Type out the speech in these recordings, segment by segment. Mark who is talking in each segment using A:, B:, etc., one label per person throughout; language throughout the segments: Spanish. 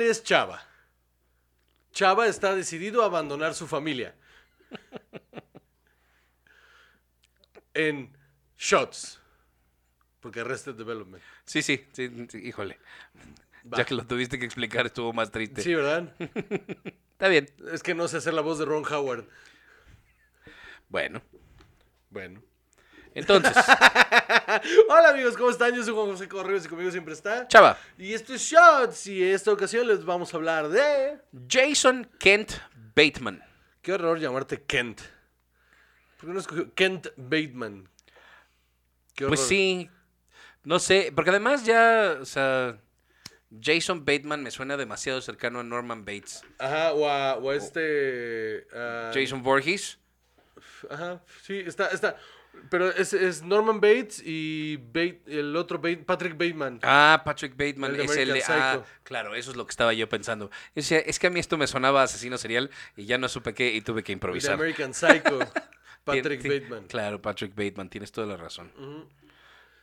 A: es Chava. Chava está decidido a abandonar su familia. en Shots. Porque Arrested Development.
B: Sí, sí, sí, sí, híjole. Ya que lo tuviste que explicar, estuvo más triste.
A: Sí, ¿verdad?
B: Está bien.
A: Es que no sé hacer la voz de Ron Howard.
B: Bueno,
A: Bueno.
B: entonces,
A: Hola amigos, ¿cómo están? Yo soy Juan José Correos y conmigo siempre está.
B: chava.
A: Y esto es Shots y esta ocasión les vamos a hablar de...
B: Jason Kent Bateman.
A: Qué horror llamarte Kent. ¿Por qué no escogió Kent Bateman? Qué
B: Pues
A: horror.
B: sí, no sé, porque además ya, o sea, Jason Bateman me suena demasiado cercano a Norman Bates.
A: Ajá, o a, o a este... ah,
B: Jason Voorhees.
A: Ajá, sí, está, está. Pero es, es Norman Bates y Bate- el otro Bate- Patrick Bateman.
B: Ah, Patrick Bateman
A: El de
B: es el de...
A: American
B: Ah,
A: Psycho.
B: claro, eso es lo que estaba yo pensando. O sea, es que a mí esto me sonaba a asesino serial y ya no supe qué y tuve que
A: el de
B: improvisar.
A: American Psycho. Patrick
B: Tien- ti-
A: Bateman.
B: Claro, Patrick Bateman, tienes toda la razón.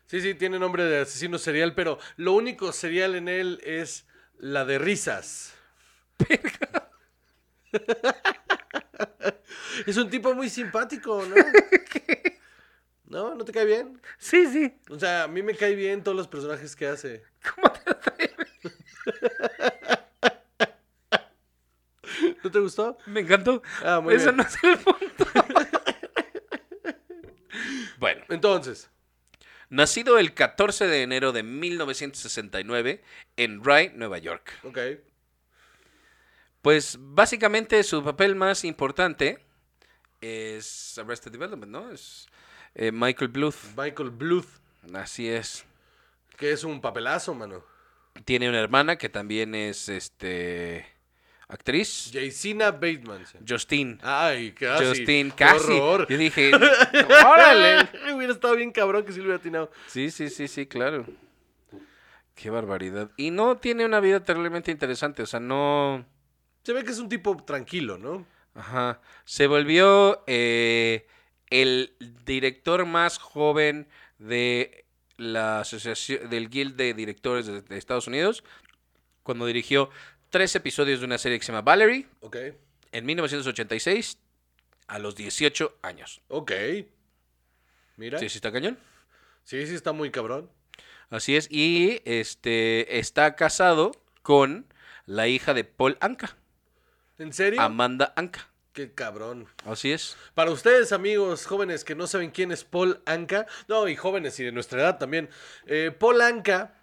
A: Sí, sí, tiene nombre de asesino serial, pero lo único serial en él es la de risas. es un tipo muy simpático, ¿no? ¿No? ¿No te cae bien?
B: Sí, sí.
A: O sea, a mí me cae bien todos los personajes que hace.
B: ¿Cómo te
A: ¿No te gustó?
B: Me encantó.
A: Ah, muy
B: Eso
A: bien.
B: no es el punto. bueno,
A: Entonces,
B: nacido el 14 de enero de 1969 en Rye, Nueva York.
A: ok.
B: Pues básicamente su papel más importante es Arrested Development, ¿no? Es eh, Michael Bluth.
A: Michael Bluth,
B: Así es.
A: que es un papelazo, mano.
B: Tiene una hermana que también es este actriz.
A: Jaycina Bateman. sí.
B: Justine.
A: Ay, casi.
B: Justin,
A: Qué
B: casi.
A: horror.
B: Yo dije, órale.
A: Hubiera estado bien cabrón que sí lo hubiera atinado.
B: Sí, sí, sí, sí, claro. Qué barbaridad. Y no tiene una vida terriblemente interesante, o sea, no...
A: Se ve que es un tipo tranquilo, ¿no?
B: Ajá. Se volvió eh, el director más joven de la asociación, del Guild de Directores de, de Estados Unidos, cuando dirigió tres episodios de una serie que se llama Valerie,
A: Ok.
B: en 1986, a los 18 años.
A: Ok. Mira.
B: Sí, sí, está cañón.
A: Sí, sí, está muy cabrón.
B: Así es, y este está casado con la hija de Paul Anka,
A: ¿En serio?
B: Amanda Anka.
A: Qué cabrón.
B: Así es.
A: Para ustedes, amigos jóvenes que no saben quién es Paul Anka, no, y jóvenes y de nuestra edad también, eh, Paul Anka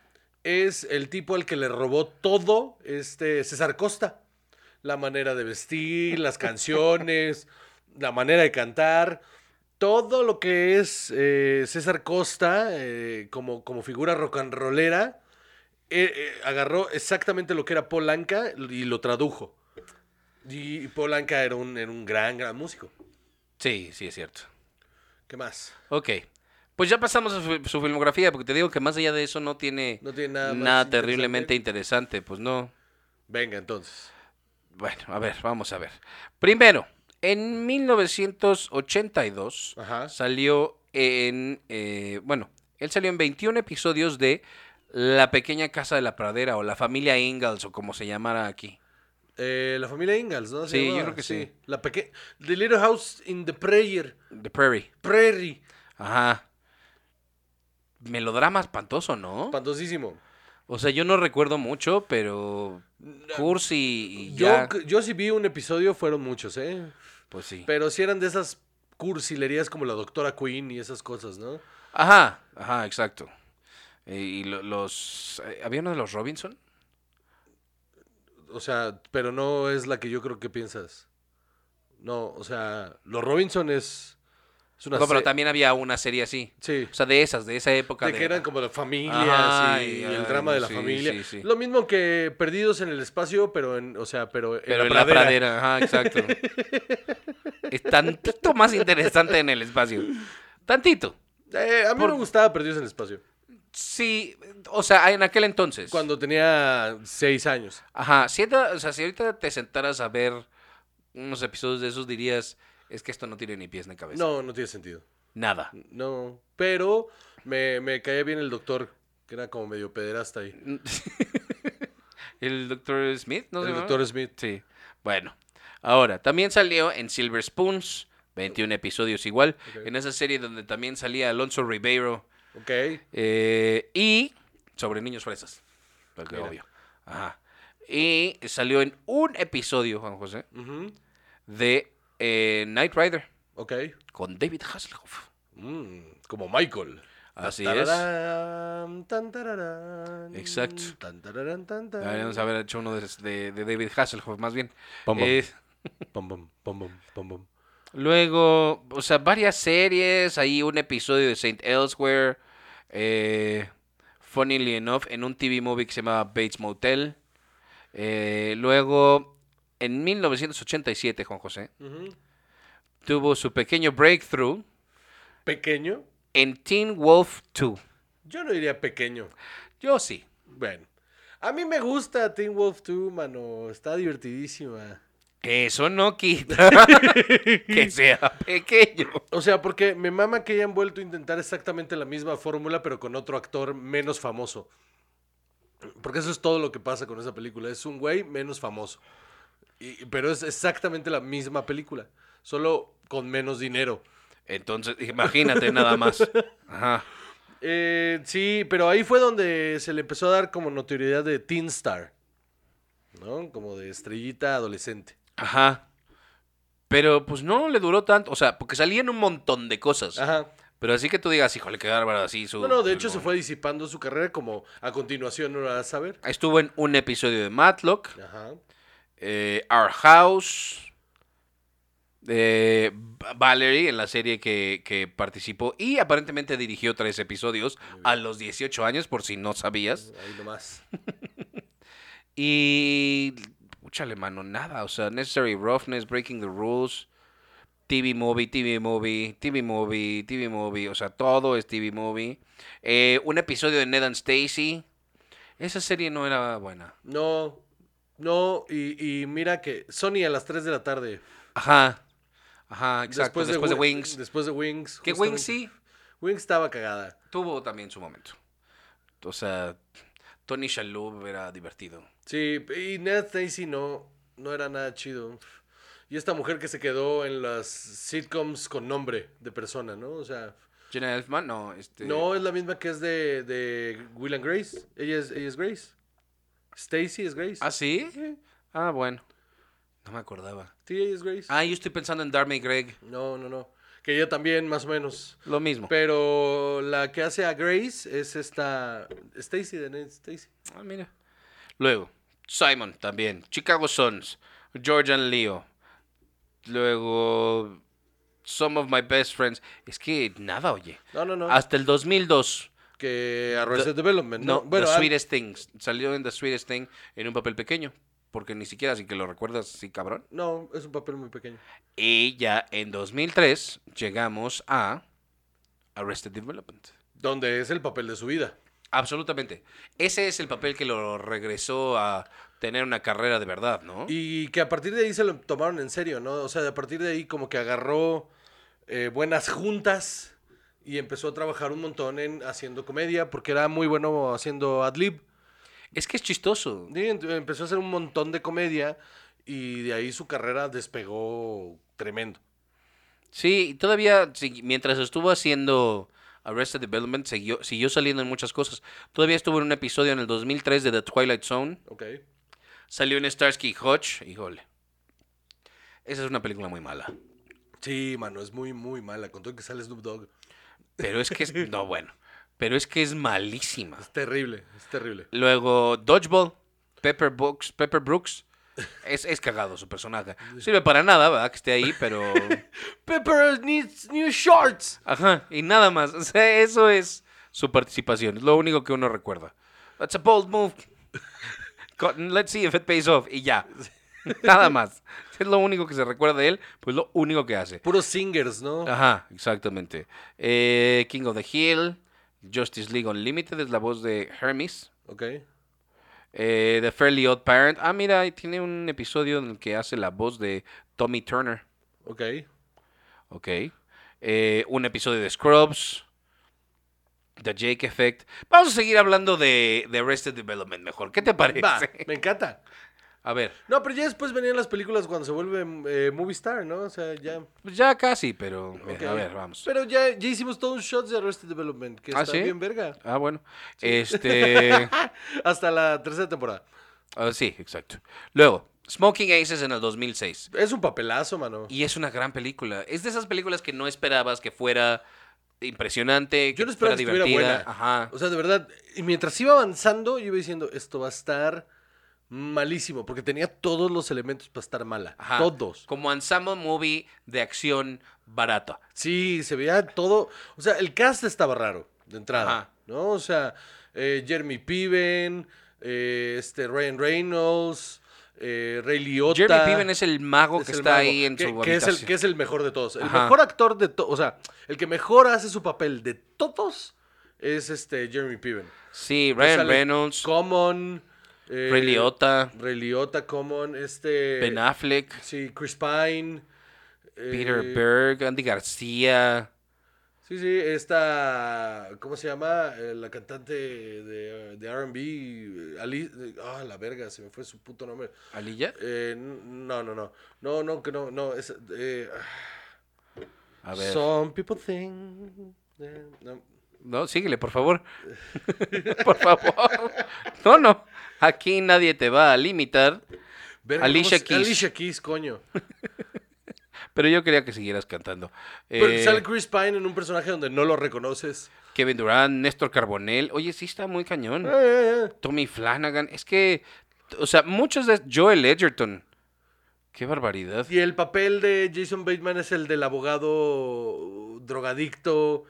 A: es el tipo al que le robó todo este César Costa. La manera de vestir, las canciones, la manera de cantar, todo lo que es eh, César Costa eh, como, como figura rock and rollera, eh, eh, agarró exactamente lo que era Paul Anka y lo tradujo. Y Paul Anka era un, era un gran, gran músico.
B: Sí, sí, es cierto.
A: ¿Qué más?
B: Ok. Pues ya pasamos a su, su filmografía, porque te digo que más allá de eso no tiene,
A: No tiene nada más
B: terriblemente interesante. Pues no.
A: Venga, entonces.
B: Bueno, a ver, vamos a ver. Primero, en 1982
A: Ajá.
B: salió en. eh, bueno, él salió en 21 episodios de La Pequeña Casa de la Pradera o La Familia Ingalls o como se llamara aquí.
A: Eh, la familia Ingalls, ¿no? Se
B: Sí, yo
A: llamaba,
B: creo que sí.
A: La peque The Little House in the Prayer.
B: The Prairie.
A: Prairie.
B: Ajá. Melodrama espantoso, ¿no?
A: Espantosísimo.
B: O sea, yo no recuerdo mucho, pero. Cursi y
A: Yo,
B: ya.
A: yo sí vi un episodio, fueron muchos, ¿eh?
B: Pues sí.
A: Pero sí eran de esas cursilerías como la Doctora Queen y esas cosas, ¿no?
B: Ajá, ajá, exacto. Eh, Y lo- los. eh, ¿Había uno de los Robinson?
A: O sea, pero no es la que yo creo que piensas. No, o sea, los Robinson es, es una
B: No, pero
A: se-
B: también había una serie así.
A: Sí.
B: O sea, de esas, de esa época.
A: De que eran como de familia
B: Ajá,
A: y,
B: y-
A: el
B: ay,
A: drama de la
B: sí,
A: familia.
B: sí, sí.
A: Lo mismo que Perdidos en el Espacio, pero en, o sea, pero en la
B: Pero en la
A: pradera.
B: pradera, ajá, exacto. es tantito más interesante en el espacio. Tantito.
A: Eh, a mí
B: Por-
A: me gustaba Perdidos en el Espacio.
B: Sí, o sea, en aquel entonces.
A: Cuando tenía seis años.
B: Ajá, si era- o sea, si ahorita te sentaras a ver unos episodios de esos, dirías, es que esto no tiene ni pies ni cabeza.
A: No, no tiene sentido.
B: Nada.
A: No. Pero me, me caía bien el doctor, que era como medio pederasta ahí.
B: El doctor Smith, ¿no? se
A: el
B: llamaba?
A: doctor Smith.
B: Sí. Bueno. Ahora, también salió en Silver Spoons, 21 episodios igual,
A: Ok.
B: en esa serie donde también salía Alonso Ribeiro
A: Ok.
B: eh, y sobre niños fresas. Porque
A: Mira.
B: obvio. Ajá. Y salió en un episodio, Juan José,
A: Ujú.
B: de eh, Knight Rider
A: Ok.
B: con David Hasselhoff.
A: Mm, como Michael.
B: Así
A: Tararán, tan, tararán,
B: Exacto.
A: tan, tararán, tan, tan.
B: Deberíamos haber hecho uno de, de- de David Hasselhoff, más bien.
A: Pom, pom.
B: Eh,
A: Pom, pom, pom, pom, pom, pom.
B: luego, o sea, varias series. Ahí un episodio de St. Elsewhere. eh, funnily enough, en un TV movie que se llamaba Bates Motel. Eh, luego, en 1987, Juan José,
A: Ujú.
B: tuvo su pequeño breakthrough
A: Pequeño.
B: en Teen Wolf 2.
A: Yo no diría pequeño.
B: Yo sí.
A: Bueno. A mí me gusta Teen Wolf 2, mano. Está divertidísima.
B: Eso no quita que sea pequeño.
A: O sea, porque me mama que hayan vuelto a intentar exactamente la misma fórmula, pero con otro actor menos famoso. Porque eso es todo lo que pasa con esa película. Es un güey menos famoso. Y- pero es exactamente la misma película. Solo con menos dinero.
B: Entonces, imagínate nada más. Ajá.
A: Eh, sí, pero ahí fue donde se le empezó a dar como notoriedad de Teen Star. ¿No? Como de estrellita adolescente.
B: Ajá. Pero pues no le duró tanto. O sea, porque salían un montón de cosas.
A: Ajá.
B: Pero así que tú digas, híjole, qué bárbaro así su.
A: No, no, de hecho
B: su-
A: se fue disipando su carrera como a continuación no lo vas a saber.
B: Estuvo en un episodio de Matlock,
A: Ajá.
B: eh, Our House, eh, Va- Valerie, en la serie que, que participó. Y aparentemente dirigió tres episodios a los 18 años, por si no sabías.
A: Ahí nomás.
B: Y. Úchale, mano, nada. O sea, Necessary Roughness, Breaking the Rules, TV Movie, TV Movie, TV Movie, TV Movie. O sea, todo es TV Movie. Eh, un episodio de Ned and Stacy. Esa serie no era buena.
A: No, no, y, y mira que Sony a las 3 de la tarde.
B: Ajá. Ajá, exacto. Después, de,
A: Wi-
B: Wings.
A: Después de Wings.
B: que
A: justamente.
B: Wings sí
A: Wings estaba cagada.
B: tuvo también su momento. O sea, Tony Shalhoub era divertido.
A: Sí, y Ned Stacy no, no era nada chido. Y esta mujer que se quedó en las sitcoms con nombre de persona, ¿no? O sea,
B: Jenna Elfman, no. Este,
A: no es la misma que es de, de Will and Grace. Ella es, ella es Grace. Stacy es Grace.
B: ¿Ah, sí? Ah, bueno. No me acordaba.
A: Sí, ella es Grace.
B: Ah, yo estoy pensando en Darmy Greg.
A: No, no, no. Que ella también, más o menos.
B: Lo mismo.
A: Pero la que hace a Grace es esta Stacy de Ned Stacy.
B: Ah, mira. Luego, Simon también. Chicago Sons. Georgian Leo. Luego, Some of My Best Friends. Es que nada, oye.
A: No, no, no.
B: Hasta el 2002.
A: que Arrested
B: Ah, The-
A: Development, ¿no?
B: No, The
A: al-
B: Sweetest Things. Salió en The Sweetest Thing en un papel pequeño. Porque ni siquiera así que lo recuerdas así, cabrón.
A: No, es un papel muy pequeño.
B: Y ya en 2003 llegamos a Arrested Development.
A: Donde es el papel de su vida.
B: Absolutamente. Ese es el papel que lo regresó a tener una carrera de verdad, ¿no?
A: Y que a partir de ahí se lo tomaron en serio, ¿no? O sea, a partir de ahí como que agarró eh, buenas juntas y empezó a trabajar un montón en haciendo comedia porque era muy bueno haciendo adlib.
B: Es que es chistoso.
A: Sí, ent- Empezó a hacer un montón de comedia y de ahí su carrera despegó tremendo.
B: Sí, y todavía, si- mientras estuvo haciendo Arrested Development, siguió, siguió saliendo en muchas cosas. Todavía estuvo en un episodio en el 2003 de The Twilight Zone.
A: Ok.
B: Salió en Starsky y Hutch. Híjole. Esa es una película muy mala.
A: Sí, mano, es muy, muy mala. Con todo que sale Snoop Dogg.
B: Pero es que es... No, bueno. Pero es que es malísima.
A: Es terrible, es terrible.
B: Luego, Dodgeball, Pepper Brooks. Pepper Brooks. Es, es cagado su personaje. Sirve para nada, ¿verdad? Que esté ahí, pero...
A: Pepper needs new shorts.
B: Ajá, y nada más. O sea, eso es su participación. Es lo único que uno recuerda. That's a bold move. Cotton, let's see if it pays off. Y ya. Nada más. Es lo único que se recuerda de él, pues lo único que hace.
A: Puros singers, ¿no?
B: Ajá, exactamente. Eh, King of the Hill, Justice League Unlimited es la voz de Hermes.
A: Ok.
B: Eh, the Fairly Odd Parent. Ah, mira, ahí tiene un episodio en el que hace la voz de Tommy Turner.
A: Ok.
B: Ok. Eh, un episodio de Scrubs. The Jake Effect. Vamos a seguir hablando de, de Arrested Development mejor. ¿Qué te parece?
A: Va, me encanta.
B: A ver,
A: No, pero ya después venían las películas cuando se vuelve eh, movie star, ¿no? O sea, ya.
B: pues ya casi, pero mira,
A: ok.
B: a ver, vamos.
A: Pero ya, ya hicimos todos un shots de Arrested Development, que
B: ¿Ah,
A: está
B: sí?
A: bien verga.
B: Ah, bueno. Este.
A: Hasta la tercera temporada.
B: ah, sí, exacto. Luego, Smoking Aces en el 2006.
A: Es un papelazo, mano.
B: Y es una gran película. Es de esas películas que no esperabas que fuera impresionante, que
A: Yo no esperaba que
B: fuera
A: estuviera
B: divertida.
A: buena.
B: Ajá.
A: O sea, de verdad. Y mientras iba avanzando, yo iba diciendo, esto va a estar malísimo, porque tenía todos los elementos para estar mala.
B: Ajá.
A: Todos.
B: Como ensemble movie de acción barata.
A: Sí, se veía todo. O sea, el cast estaba raro de entrada.
B: Ajá.
A: ¿No? O sea, eh, Jeremy Piven, eh, este Ryan Reynolds, eh, Ray Liotta.
B: Jeremy Piven es el mago que
A: el
B: está
A: mago,
B: ahí en
A: que-
B: su
A: que es, el,
B: habitación.
A: que es el mejor de todos. El
B: Ajá.
A: mejor actor de todos. O sea, el que mejor hace su papel de todos es este Jeremy Piven.
B: Sí,
A: Ahí
B: Ryan
A: sale
B: Reynolds,
A: Common. eh,
B: Ray Liotta,
A: Ray Liotta, Common. Este.
B: Ben Affleck,
A: Sí, Chris Pine. eh,
B: Peter Berg, Andy García.
A: Sí, sí, esta, ¿cómo se llama? Eh, la cantante de, de RB, Ali, ah, la verga, se me fue su puto nombre.
B: ¿Alilla?
A: Eh, n- no, no, no, no, no, que no, no, es, eh,
B: A ver.
A: Some people think, eh, no.
B: No, síguele, por favor. por favor. No, no. Aquí nadie te va a limitar.
A: Verga,
B: Alicia
A: ¿cómo se-
B: Keys.
A: Alicia Keys, coño.
B: Pero yo quería que siguieras cantando. Eh,
A: Pero sale Chris Pine en un personaje donde no lo reconoces.
B: Kevin Durant, Néstor Carbonell. Oye, sí está muy cañón.
A: Eh, eh, eh.
B: Tommy Flanagan. Es que, o sea, muchos de Joel Edgerton. Qué barbaridad.
A: Y el papel de Jason Bateman es el del abogado drogadicto.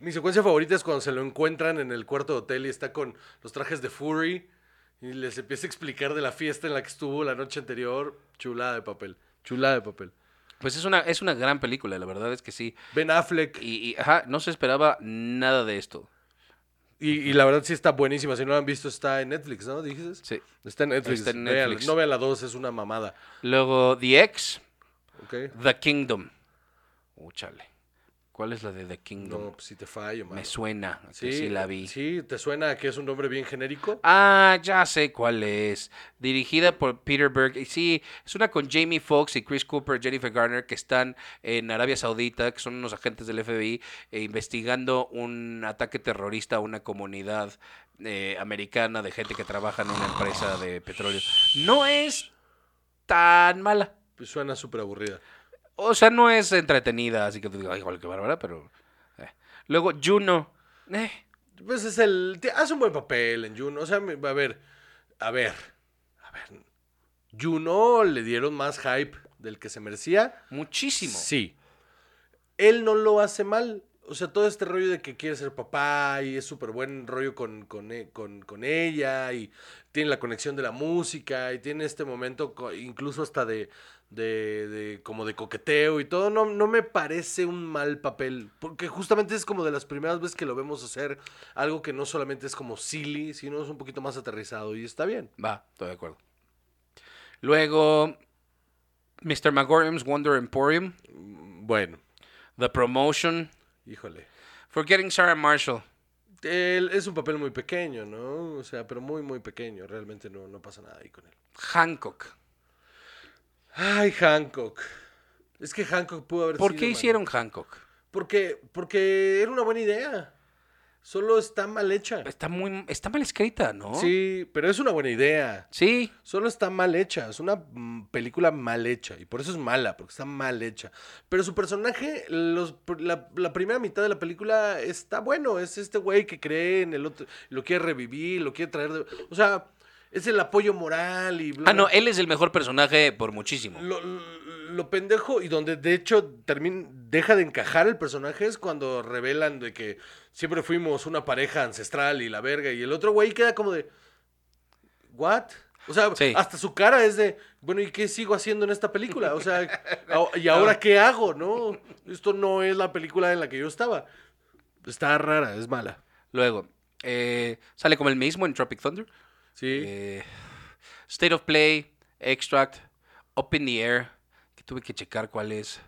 A: Mi secuencia favorita es cuando se lo encuentran en el cuarto de hotel y está con los trajes de Fury y les empieza a explicar de la fiesta en la que estuvo la noche anterior. Chulada de papel, chulada de papel.
B: Pues es una, es una gran película, la verdad es que sí.
A: Ben Affleck. Y,
B: Y, y, ajá, no se esperaba nada de esto.
A: y la verdad sí está buenísima. Si no la han visto, está en Netflix, ¿no? ¿Dices?
B: Sí.
A: Está en Netflix.
B: Está en
A: Véanla.
B: Netflix.
A: no vean la 2, es una mamada.
B: Luego, The X,
A: ¿Ok?
B: The Kingdom. Uh, chale. ¿Cuál es la de The Kingdom?
A: No, pues si te fallo, man.
B: Me suena, que sí, la vi.
A: Sí, ¿te suena que es un nombre bien genérico?
B: Ah, ya sé cuál es. Dirigida por Peter Berg. Y sí, es una con Jamie Foxx y Chris Cooper, Jennifer Garner, que están en Arabia Saudita, que son unos agentes del FBI, eh, investigando un ataque terrorista a una comunidad eh, americana de gente que trabaja en una empresa de petróleo. No es tan mala.
A: Pues suena súper aburrida.
B: O sea, no es entretenida, así que tú digas, igual que bárbara, pero. eh. Luego, Juno. Eh,
A: Pues es el. te- Hace un buen papel en Juno. O sea, me- a ver. A ver. A ver. Juno le dieron más hype del que se merecía.
B: muchísimo.
A: Sí. Él no lo hace mal. O sea, todo este rollo de que quiere ser papá y es súper buen rollo con, con, e- con- con ella y tiene la conexión de la música y tiene este momento co- incluso hasta de, de, de- como de coqueteo y todo. No, no me parece un mal papel porque justamente es como de las primeras veces que lo vemos hacer algo que no solamente es como silly, sino es un poquito más aterrizado y está bien.
B: Va, estoy de acuerdo. Luego, Mr. Magorium's Wonder Emporium,
A: Bueno,
B: The Promotion,
A: híjole.
B: Forgetting Sarah Marshall.
A: Él es un papel muy pequeño, ¿no? O sea, pero muy, muy pequeño. Realmente no, no pasa nada ahí con él.
B: Hancock.
A: Ay, Hancock. Es que Hancock pudo haber
B: ¿Por
A: sido,
B: qué
A: man.
B: hicieron Hancock?
A: Porque, porque era una buena idea. Solo está mal hecha.
B: Está muy, está mal escrita, ¿no?
A: Sí, pero es una buena idea.
B: Sí.
A: Solo está mal hecha. Es una mm, película mal hecha. Y por eso es mala, porque está mal hecha. Pero su personaje, los, pr- la, la primera mitad de la película está bueno. Es este güey que cree en el otro. Lo quiere revivir, lo quiere traer. de- O sea, es el apoyo moral y bla.
B: Ah, no,
A: bla.
B: él es el mejor personaje por muchísimo.
A: Lo, lo pendejo y donde de hecho termina, deja de encajar el personaje es cuando revelan de que siempre fuimos una pareja ancestral y la verga y el otro güey queda como de what o sea
B: Sí.
A: hasta su cara es de bueno y qué sigo haciendo en esta película o sea a- y ahora qué hago no esto no es la película en la que yo estaba está rara es mala
B: Luego, eh, sale como el mismo en Tropic Thunder.
A: sí
B: Eh, State of Play, Extract, Up in the Air, que tuve que checar cuál es.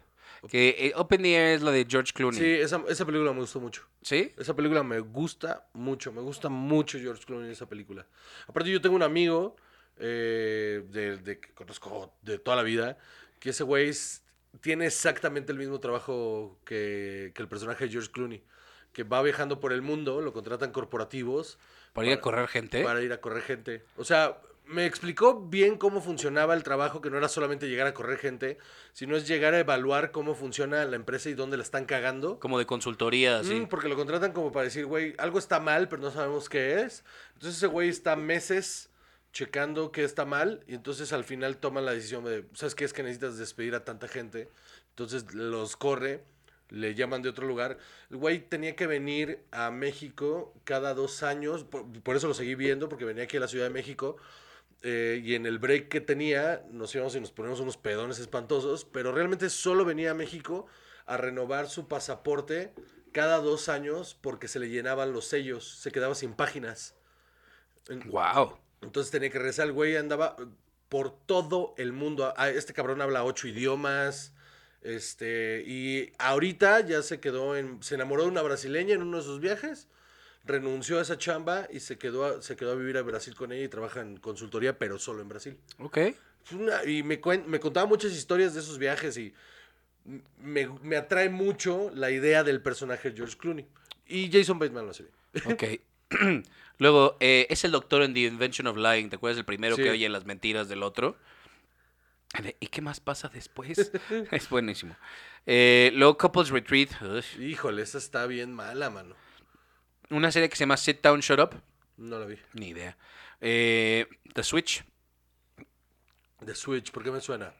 B: Que eh, Open the Air es la de George Clooney.
A: Sí,
B: Sí.
A: esa, esa película me gustó mucho. Esa película me gusta mucho, me gusta mucho George Clooney en esa película. Aparte yo tengo un amigo eh, de, de que conozco de toda la vida, que ese güey es- tiene exactamente el mismo trabajo que, que el personaje de George Clooney, que va viajando por el mundo, lo contratan corporativos
B: Para ir a
A: Para-
B: correr gente.
A: para ir a correr gente. O sea, me explicó bien cómo funcionaba el trabajo, que no era solamente llegar a correr gente, sino es llegar a evaluar cómo funciona la empresa y dónde la están cagando.
B: Como de consultoría, así.
A: Mm, porque lo contratan como para decir, güey, algo está mal, pero no sabemos qué es. Entonces ese güey está meses checando qué está mal y entonces al final toman la decisión de, ¿sabes qué es que necesitas despedir a tanta gente? Entonces los corre, le llaman de otro lugar. El güey tenía que venir a México cada dos años, por, por eso lo seguí viendo, porque venía aquí a la Ciudad de México. eh, y en el break que tenía, nos íbamos y nos poníamos unos pedones espantosos, pero realmente solo venía a México a renovar su pasaporte cada dos años porque se le llenaban los sellos, se quedaba sin páginas. En-
B: Wow.
A: Entonces tenía que regresar, el güey andaba eh, por todo el mundo. Ah, Este cabrón habla ocho idiomas. Este, y ahorita ya se quedó en. Se enamoró de una brasileña en uno de sus viajes. Renunció a esa chamba y se quedó a, se quedó a vivir a Brasil con ella y trabaja en consultoría, pero solo en Brasil.
B: Ok.
A: Es una- y me, cuen- me contaba muchas historias de esos viajes y m- me, me atrae mucho la idea del personaje de George Clooney. Y Jason Bateman lo hace bien.
B: Ok. Luego, eh, es el doctor en The Invention of Lying. ¿Te acuerdas el primero
A: Sí.
B: que oye las mentiras del otro? Ale, ¿Y qué más pasa después? es buenísimo. Eh, luego, Couples Retreat. Ush.
A: Híjole, esa está bien mala, mano.
B: Una serie que se llama Sit Down, Shut Up.
A: No la vi.
B: Ni idea. Eh, The Switch.
A: The Switch, ¿por qué me suena?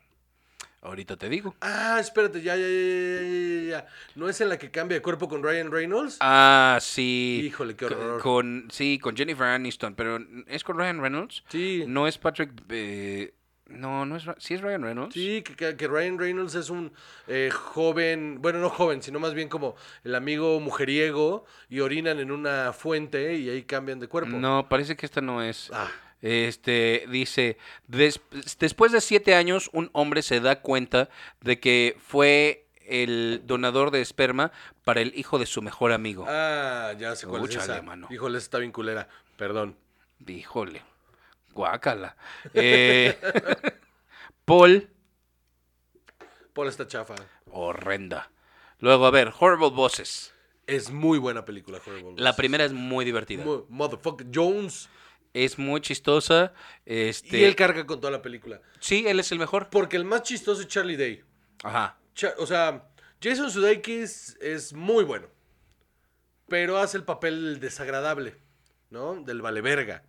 B: Ahorita te digo.
A: Ah, espérate, ya, ya, ya, ya, ya, ya. ¿No es en la que cambia de cuerpo con Ryan Reynolds?
B: Ah, sí.
A: Híjole, qué
B: Co-
A: horror.
B: Con, sí, con Jennifer Aniston, pero es con Ryan Reynolds.
A: sí,
B: No es Patrick. eh, no, no es. Ra- Sí es Ryan Reynolds.
A: sí, que- que, que Ryan Reynolds es un eh, joven, bueno, no joven, sino más bien como el amigo mujeriego y orinan en una fuente y ahí cambian de cuerpo.
B: No, parece que esta no es.
A: Ah,
B: Este dice, "Des- después de siete años, un hombre se da cuenta de que fue el donador de esperma para el hijo de su mejor amigo.
A: ah, ya sé cuál es
B: Úchale,
A: esa.
B: mano.
A: Híjole, esa está bien culera. Perdón.
B: Híjole, guácala. Eh, Paul,
A: Paul está chafa.
B: horrenda. Luego, a ver, Horrible Bosses.
A: Es muy buena película, Horrible
B: La
A: Bosses.
B: primera es muy divertida.
A: Mu- Motherfucker Jones.
B: Es muy chistosa. Este,
A: Y él carga con toda la película.
B: sí, él es el mejor.
A: Porque el más chistoso es Charlie Day.
B: Ajá.
A: Cha- o sea, Jason Sudeikis es muy bueno, pero hace el papel desagradable, ¿no? Del vale verga.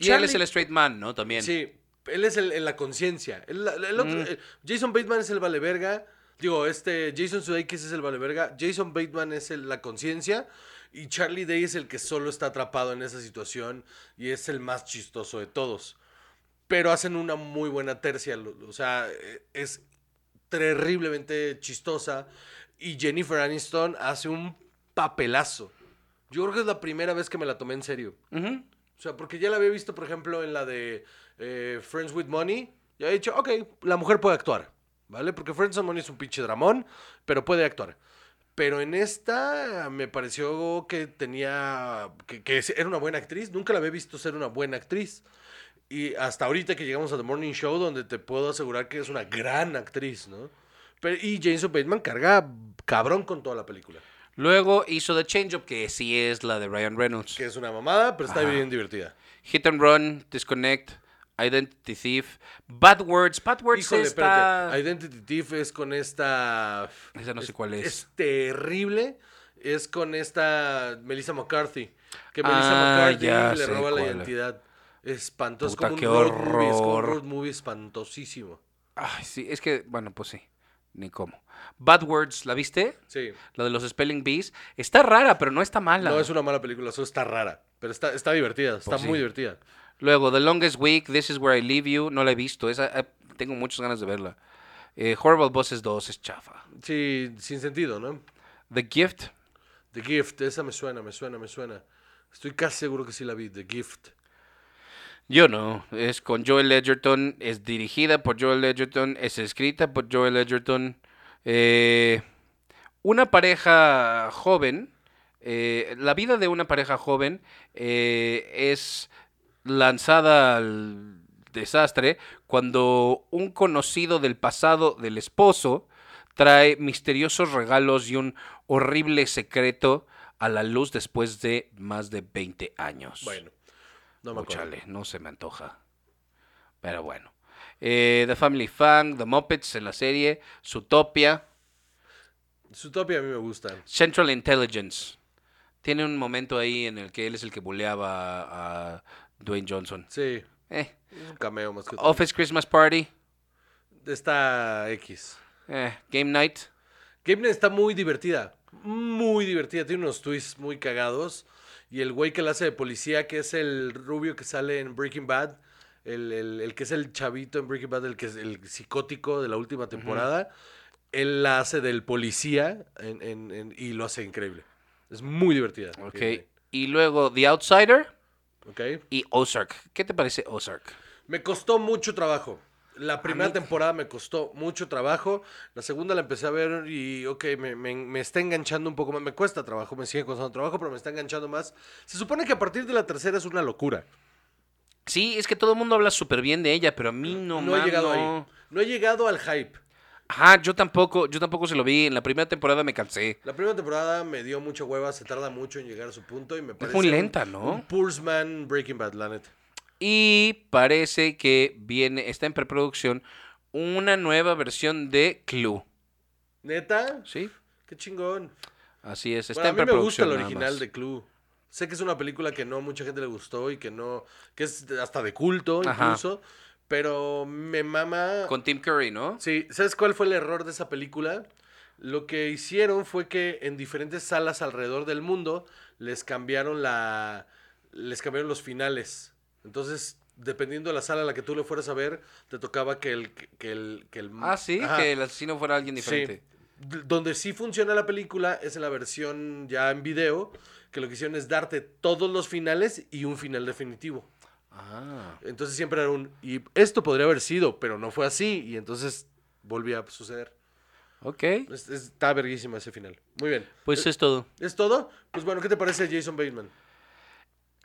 B: Y él es el straight man, ¿no? También.
A: Sí, él es el, en la conciencia. El- el otro- eh, Jason Bateman es el vale verga. Digo, este Jason Sudeikis es el vale verga. Jason Bateman es el- la conciencia. Y Charlie Day es el que solo está atrapado en esa situación y es el más chistoso de todos. Pero hacen una muy buena tercia. lo- O sea, eh, es terriblemente chistosa. Y Jennifer Aniston hace un papelazo. Yo creo que es la primera vez que me la tomé en serio.
B: Ujú.
A: O sea, porque ya la había visto, por ejemplo, en la de eh, Friends with Money. Ya he dicho, ok, la mujer puede actuar, ¿vale? Porque Friends with Money es un pinche dramón, pero puede actuar. Pero en esta me pareció que tenía. que, que era una buena actriz. Nunca la había visto ser una buena actriz. Y hasta ahorita que llegamos a The Morning Show, donde te puedo asegurar que es una gran actriz, ¿no? Pero, y Jason Bateman carga cabrón con toda la película.
B: Luego hizo The Change Up, que sí es la de Ryan Reynolds.
A: Que es una mamada, pero está bien divertida.
B: Hit and Run, Disconnect, Identity Thief, Bad Words. Bad Words
A: Híjole,
B: está...
A: espérate. Identity Thief es con esta.
B: Esa no sé cuál es.
A: Es terrible. Es con esta Melissa McCarthy. Que
B: Ah,
A: Melissa McCarthy
B: ya
A: le
B: sé
A: roba la
B: cuál.
A: identidad. Espantoso. Es
B: Puta,
A: como un
B: qué
A: road movie. Es como un
B: horror.
A: road movie espantosísimo.
B: Ay, sí, es que, bueno, pues sí, ni cómo. Bad Words, ¿la viste?
A: Sí.
B: La de los Spelling Bees. Está rara, pero no está mala.
A: No es una mala película, eso está rara. Pero está, está divertida, está
B: Pues sí.
A: muy divertida.
B: Luego, The Longest Week, This Is Where I Leave You, no la he visto. Esa, eh, tengo muchas ganas de verla. Eh, Horrible Bosses 2 es chafa.
A: Sí, sin sentido, ¿no?
B: The Gift,
A: The Gift, esa me suena, me suena, me suena. Estoy casi seguro que sí la vi, The Gift.
B: Yo no, es con Joel Edgerton, es dirigida por Joel Edgerton, es escrita por Joel Edgerton, Eh, una pareja joven, eh, la vida de una pareja joven eh, es lanzada al desastre cuando un conocido del pasado del esposo trae misteriosos regalos y un horrible secreto a la luz después de más de 20 años.
A: Bueno, no me
B: Oh,
A: acuerdo.
B: chale, no se me antoja. Pero bueno. Eh, The Family Fang, The Muppets en la serie, Zootopia,
A: Zootopia a mí me gusta.
B: Central Intelligence. Tiene un momento ahí en el que él es el que buleaba a, a Dwayne Johnson.
A: Sí,
B: Eh,
A: es un cameo más que otra
B: Office Christmas Party,
A: Está X.
B: eh, Game Night.
A: Game Night está muy divertida. Muy divertida. Tiene unos twists muy cagados. Y el güey que la hace de policía, que es el rubio que sale en Breaking Bad. El, el- el que es el chavito en Breaking Bad, el que es el psicótico de la última temporada. Él la hace del policía en- en- en- y lo hace increíble. Es muy divertida.
B: Ok.
A: Game Night,
B: Y luego The Outsider
A: ok.
B: y Ozark. ¿Qué te parece Ozark?
A: Me costó mucho trabajo. La primera temporada me costó mucho trabajo. La segunda la empecé a ver y, ok, me, me- me está enganchando un poco más. Me cuesta trabajo, me sigue costando trabajo, pero me está enganchando más. Se supone que a partir de la tercera es una locura.
B: Sí, es que todo el mundo habla súper bien de ella, pero a mí no,
A: No,
B: man,
A: he llegado
B: no.
A: ahí. No he llegado al hype.
B: Ajá, yo tampoco, yo tampoco se lo vi. En la primera temporada me cansé.
A: La primera temporada me dio mucha hueva, se tarda mucho en llegar a su punto y me parece.
B: muy
A: un-
B: lenta, ¿no?
A: Un Poor Man Breaking Bad, la neta.
B: Y parece que viene, está en preproducción una nueva versión de Clue.
A: ¿Neta?
B: Sí,
A: Qué chingón.
B: así es. Está
A: Bueno, a
B: en
A: mí me gusta
B: preproducción.
A: el
B: nada
A: original
B: más.
A: de Clue. Sé que es una película que no a mucha gente le gustó y que no. que es hasta de culto
B: Ajá.
A: incluso. Pero me mama.
B: Con Tim Curry, ¿no?
A: Sí, ¿sabes cuál fue el error de esa película? Lo que hicieron fue que en diferentes salas alrededor del mundo les cambiaron la. les cambiaron los finales. Entonces, dependiendo de la sala a la que tú le fueras a ver, te tocaba que el. que el. que el-
B: Ah, sí,
A: Ajá.
B: que el asesino fuera alguien
A: Sí.
B: diferente.
A: D- Donde sí funciona la película es en la versión ya en video, que lo que hicieron es darte todos los finales y un final definitivo.
B: Ah.
A: Entonces siempre era un, y esto podría haber sido, pero no fue así, y entonces volvía a suceder.
B: Ok.
A: Es- es- está verguísima ese final. Muy bien.
B: Pues es todo.
A: ¿Es todo? Pues bueno, ¿qué te parece Jason Bateman?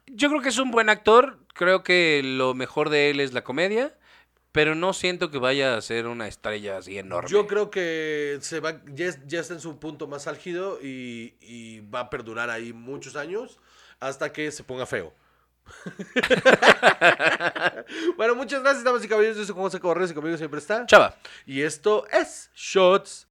B: Yo creo que es un buen actor. Creo que lo mejor de él es la comedia. Pero no siento que vaya a ser una estrella así enorme.
A: Yo creo que se va, ya, es- ya está en su punto más álgido y, y va a perdurar ahí muchos años hasta que se ponga feo. bueno, muchas gracias, damas y caballeros. Yo soy Juan José Correos y conmigo siempre está.
B: Chava.
A: Y esto es Shots